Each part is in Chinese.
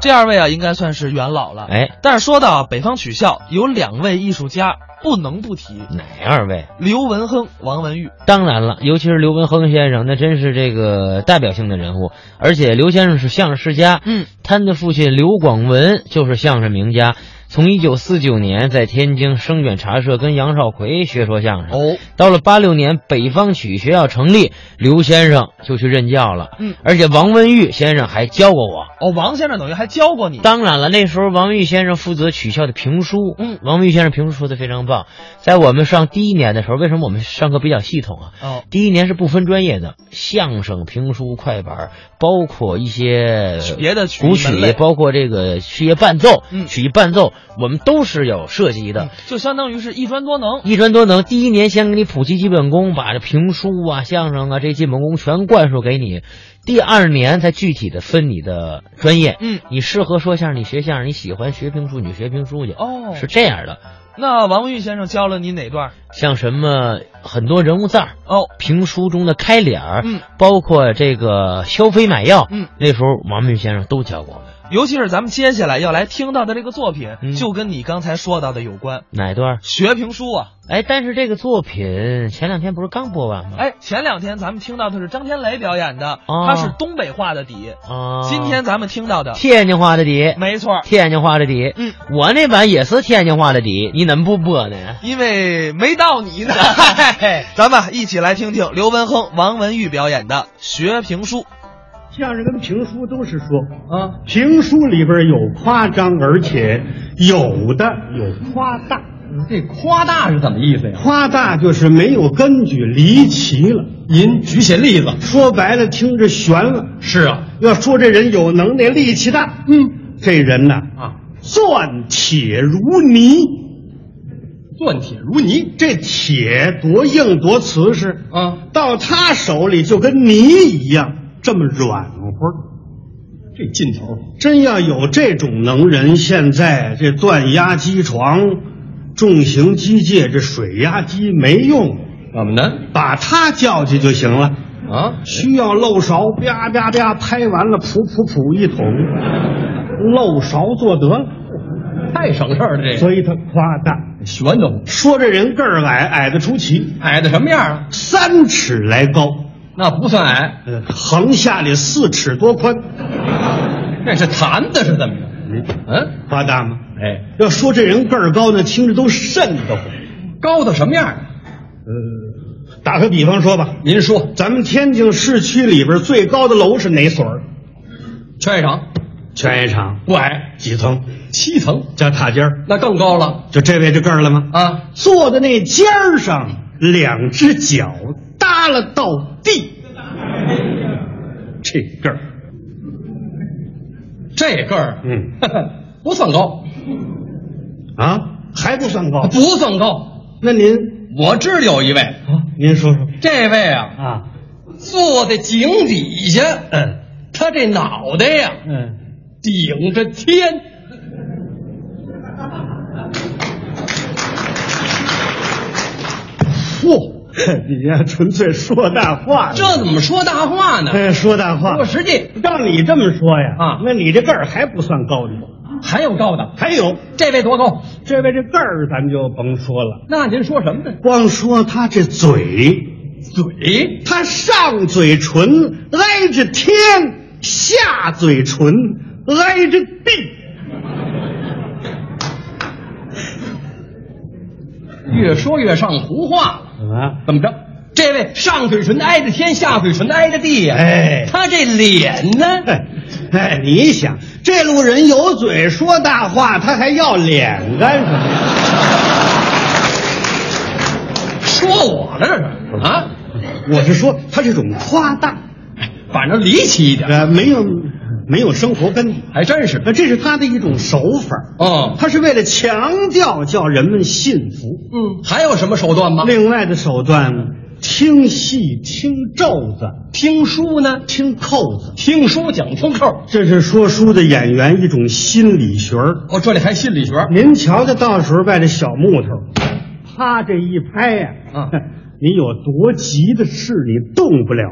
这二位啊，应该算是元老了。嗯哎，但是说到北方曲校，有两位艺术家不能不提，哪二位？刘文亨、王文玉。当然了，尤其是刘文亨先生，那真是这个代表性的人物。而且刘先生是相声世家，嗯，他的父亲刘广文就是相声名家。从一九四九年在天津生卷茶社跟杨少奎学说相声，哦，到了八六年北方曲艺学校成立，刘先生就去任教了。嗯，而且王文玉先生还教过我。哦，王先生等于还教过你。当然了，那时候王文玉先生负责曲校的评书，嗯王文玉先生评书说的非常棒。在我们上第一年的时候，为什么我们上课比较系统啊？哦，第一年是不分专业的，相声、评书、快板，包括一些别的曲艺古门类曲，包括这个曲艺伴奏、嗯曲艺伴奏，我们都是有涉及的。就相当于是一专多能。一专多能，第一年先给你普及基本功，把这评书啊、相声啊这些基本功全灌输给你。第二年才具体的分你的专业，嗯，你适合说相声，你学相声；你喜欢学评书，你就学评书去。哦，是这样的，那王文玉先生教了你哪段？像什么很多人物字儿，哦，评书中的开脸儿，嗯，包括这个消费买药，嗯，那时候王明先生都教过我们尤其是咱们接下来要来听到的这个作品，嗯就跟你刚才说到的有关。哪段儿？学评书啊，哎，但是这个作品前两天不是刚播完吗？哎，前两天咱们听到的是张天雷表演的，哦他是东北话的底。啊，今天咱们听到的，天津话的底，没错，天津话的底，嗯，我那版也是天津话的底，你怎么不播呢？因为没到你 呢。咱们一起来听听刘文亨、王文玉表演的学评书。相声跟评书都是说啊，评书里边有夸张，而且有的有夸大。这夸大是怎么意思呀？夸大就是没有根据，离奇了。您举些例子。说白了，听着悬了。是啊，要说这人有能耐，力气大，嗯，这人呐啊，钻铁如泥。钻铁如泥这铁多硬多瓷实，啊，到他手里就跟泥一样，这么软和。这劲头真要有这种能人，现在这断压机床、重型机械、这水压机没用，怎么呢？把他叫去就行了。啊，需要漏勺，啪啪啪拍完了，噗噗噗一桶，漏勺做得了。太省事儿了，这所以他夸大，悬的乎，说这人个儿矮，矮的出奇，矮的什么样啊？三尺来高，那不算矮，呃，横下里四尺多宽，那是弹的，是怎么着？嗯，夸大吗？哎，要说这人个儿高呢，听着都瘆得慌。高到什么样啊？打个比方说吧，您说，咱们天津市区里边最高的楼是哪所儿？劝一场全一厂不矮，几层？七层，加塔尖儿，那更高了就这位这个儿了吗？啊！坐在那尖儿上，两只脚耷拉到地， 这个儿，这个儿， 嗯不算高，啊，还不算高。不算高。那您，我知道有一位，您说说这位啊，啊？坐在井底下，嗯，他这脑袋呀，嗯，顶着天，嚯， 你呀，纯粹说大话呢，这怎么说大话呢？哎说大话不过。实际照你这么说呀，啊那你这个儿还不算高呢。还有高的，还有这位多高？这位这个儿，咱们就甭说了。那您说什么呢？光说他这嘴，嘴他上嘴唇挨着天，下嘴唇挨着地，越说越上胡话了，啊，怎么着？这位上嘴唇挨着天，下嘴唇挨着地呀、哎他这脸呢？哎，哎，你想这路人有嘴说大话，他还要脸干什么呀？说我呢这是啊？我是说他这种夸大，反正离奇一点，呃，没有没有生活根底，还真是。呃，这是他的一种手法，嗯他是为了强调叫人们信服。嗯，还有什么手段吗？另外的手段，听戏、听咒子、听书呢？听扣子，听书讲听扣。这是说书的演员一种心理学儿。哦，这里还心理学。您瞧瞧，到时候外这小木头，啪 这一拍呀、啊你有多急的事，你动不了。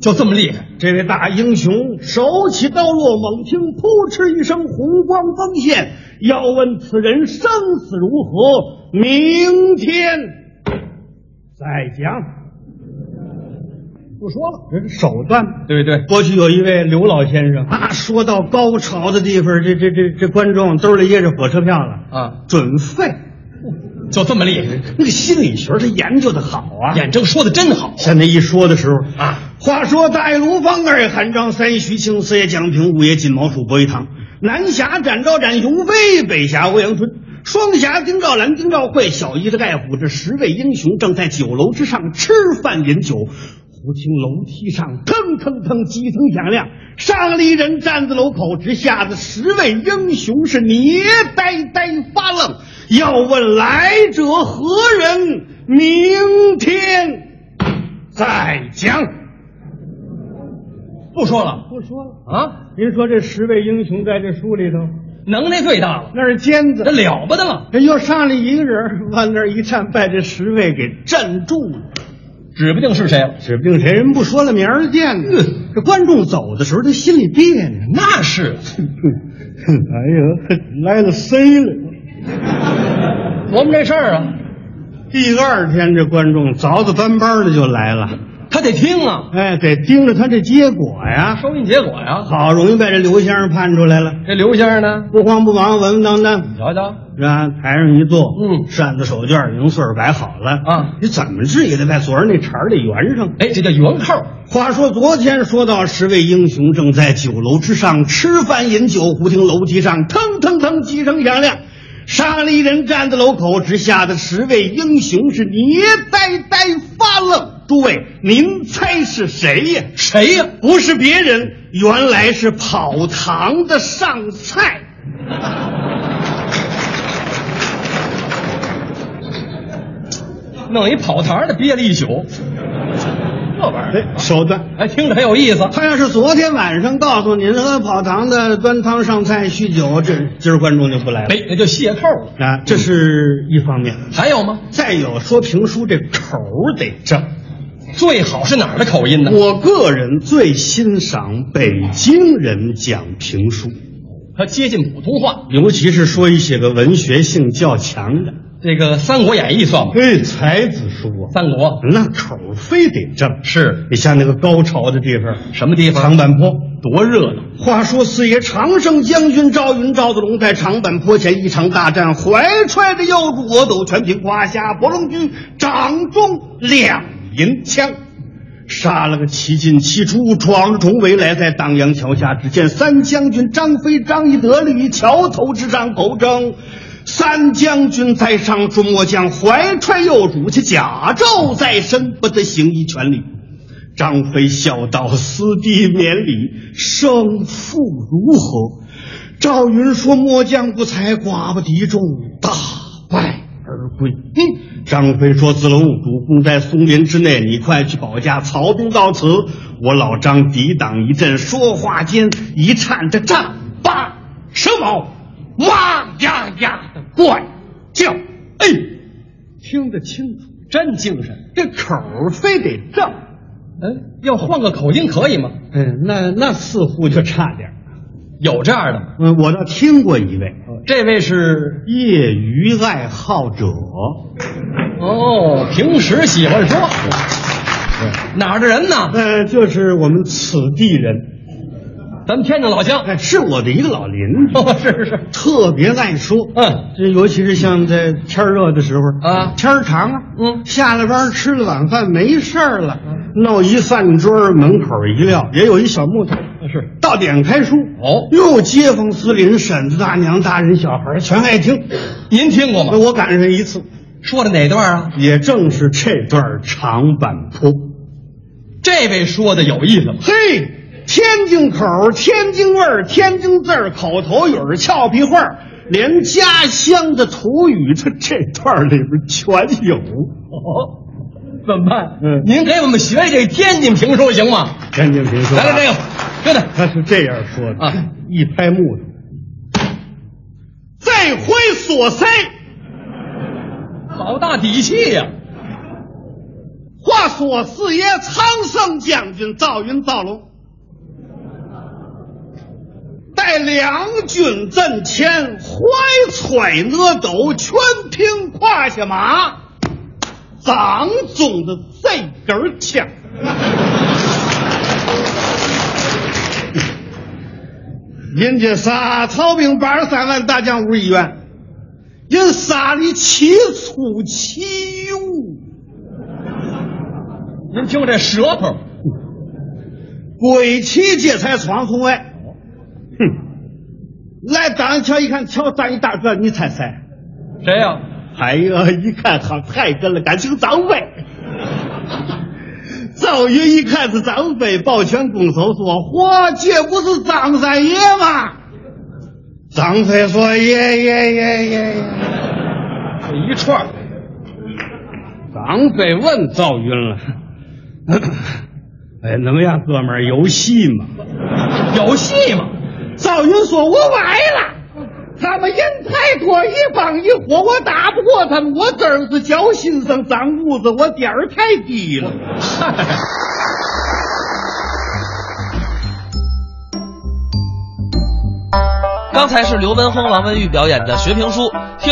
就这么厉害。这位大英雄手起刀落，猛听扑哧一声红光崩现。要问此人生死如何，明天再讲。不说了，这是手段。对对，过去有一位刘老先生啊，说到高潮的地方，这这这这观众兜里掖着火车票了，啊，准废。就这么厉害。那个心理学他研究的好啊，眼睁说的真好，现在一说的时候啊，话说戴卢方二爷、韩章三、徐庆四爷、蒋平五爷、锦毛鼠、薄一堂，南侠展昭、展雄飞，北侠欧阳春，双侠丁兆兰、丁兆会，小姨子盖虎，这十位英雄正在酒楼之上吃饭饮酒。忽听楼梯上腾腾腾几声响亮，上了一人站在楼口，直吓得十位英雄是捏呆呆发愣。要问来者何人，明天再讲。不说了不说了。啊，您说这十位英雄在这书里头，能耐最大了，那是尖这子，了不得了，人又上来一个人，往那儿一站，把这十位给镇住了。指不定是谁了。指不定谁人不说了，明儿见呢。嗯这观众走的时候，他心里别扭。那是，嗯哎呀，来了谁了？琢磨这事儿啊，第二天这观众早早班班的就来了，他得听啊，哎，得盯着他这结果呀。收音结果呀。好容易把这刘先生盼出来了，这刘先生呢？不慌不忙，稳稳当当。你瞧瞧，是吧？台上一坐，嗯扇子手绢儿零碎儿摆好了啊你怎么治也得把昨儿那茬儿得圆上。哎，这叫圆扣。话说昨天说到十位英雄正在酒楼之上吃饭饮酒，忽听楼梯上腾腾腾几声响亮，杀了一人站在楼口，直吓得十位英雄是捏呆呆发愣。诸位，您猜是谁呀？谁呀、不是别人，原来是跑堂的上菜。弄一跑堂的憋了一宿，这玩意儿，手段。哎，听着还有意思。他要是昨天晚上告诉您喝跑堂的端汤上菜酗酒，这今儿观众就不来了。哎，那就卸扣了。啊，这是一方面。还有吗？再有说评书这口儿得正，最好是哪儿的口音呢？我个人最欣赏北京人讲评书，它接近普通话。尤其是说一些个文学性较强的。这个《三国演义》算吗？哎，才子书啊，三国那口儿非得正。是你像那个高潮的地方，什么地长方？坂坡。多热闹！话说四爷常胜将军赵云、赵子龙在长坂坡前一场大战，怀揣着腰主俄斗全凭夸下伯龙驹掌中两银枪，杀了个七进七出，闯重围来，在荡阳桥下，只见三将军张飞、张翼德立于桥头之上口争。三将军在上，朱末将怀揣右主，且甲胄在身，不得行一全礼。张飞笑道：“四弟免礼，胜负如何？”赵云说：“末将不才，寡不敌众，大败而归。”嗯，张飞说：“子龙，主公在松林之内，你快去保驾。曹兵到此，我老张抵挡一阵。”说话间，一颤这丈八蛇矛，哇呀呀的怪叫，哎，听得清楚，真精神。这口儿非得正。嗯，要换个口音可以吗？嗯，那那似乎就差点儿。有这样的吗？嗯，我倒听过一位这位是业余爱好者，哦，平时喜欢说哪儿的人呢？呃，就是我们此地人，咱们天津老乡。哎，是我的一个老邻居，哦，是是，特别爱说。嗯这尤其是像在天儿热的时候啊天儿长啊，嗯下了班吃了晚饭没事儿了，弄一饭桌儿门口儿一撂，也有一小木头，是到点开书，哦，哟，街坊四邻、婶子、大娘、大人、小孩儿全爱听。您听过那吗？我赶上一次，说的哪段啊？也正是这段长坂坡。这位说的有意思吗？嘿，天津口儿、天津味儿、天津字儿、口头语儿、俏皮话儿，连家乡的土语，它这段儿里边全有。哦，怎么办？啊嗯您给我们学这天津评书行吗？天津评书、来来这个，真的他是这样说的啊一拍木头，再挥所塞，好大底气呀、话说四爷苍生将军赵云赵龙，带两军阵前，怀揣哪斗，全凭胯下马，掌中的这根枪。 人家杀曹兵八十三万，大将五十一员，人杀的奇出奇勇。您听我这舌头，鬼气这才闯出来。哼！来当一瞧一看，瞧咱一大个，你猜谁？谁呀、哎呀，一看他太跟了，感情长辈。赵云一看是张飞，抱拳拱手说：“嚯，这不是张三爷吗？”张飞说：“爷爷爷爷。爷”这一串儿，张飞问赵云了：“哎，怎么样，哥们儿，有戏吗？”有戏吗？赵云说：“我崴了，他们人太多，一帮一伙，我打不过他们。我真是侥幸上长屋子，我点儿太低了。刚才是刘文亨、王文玉表演的学评书。听。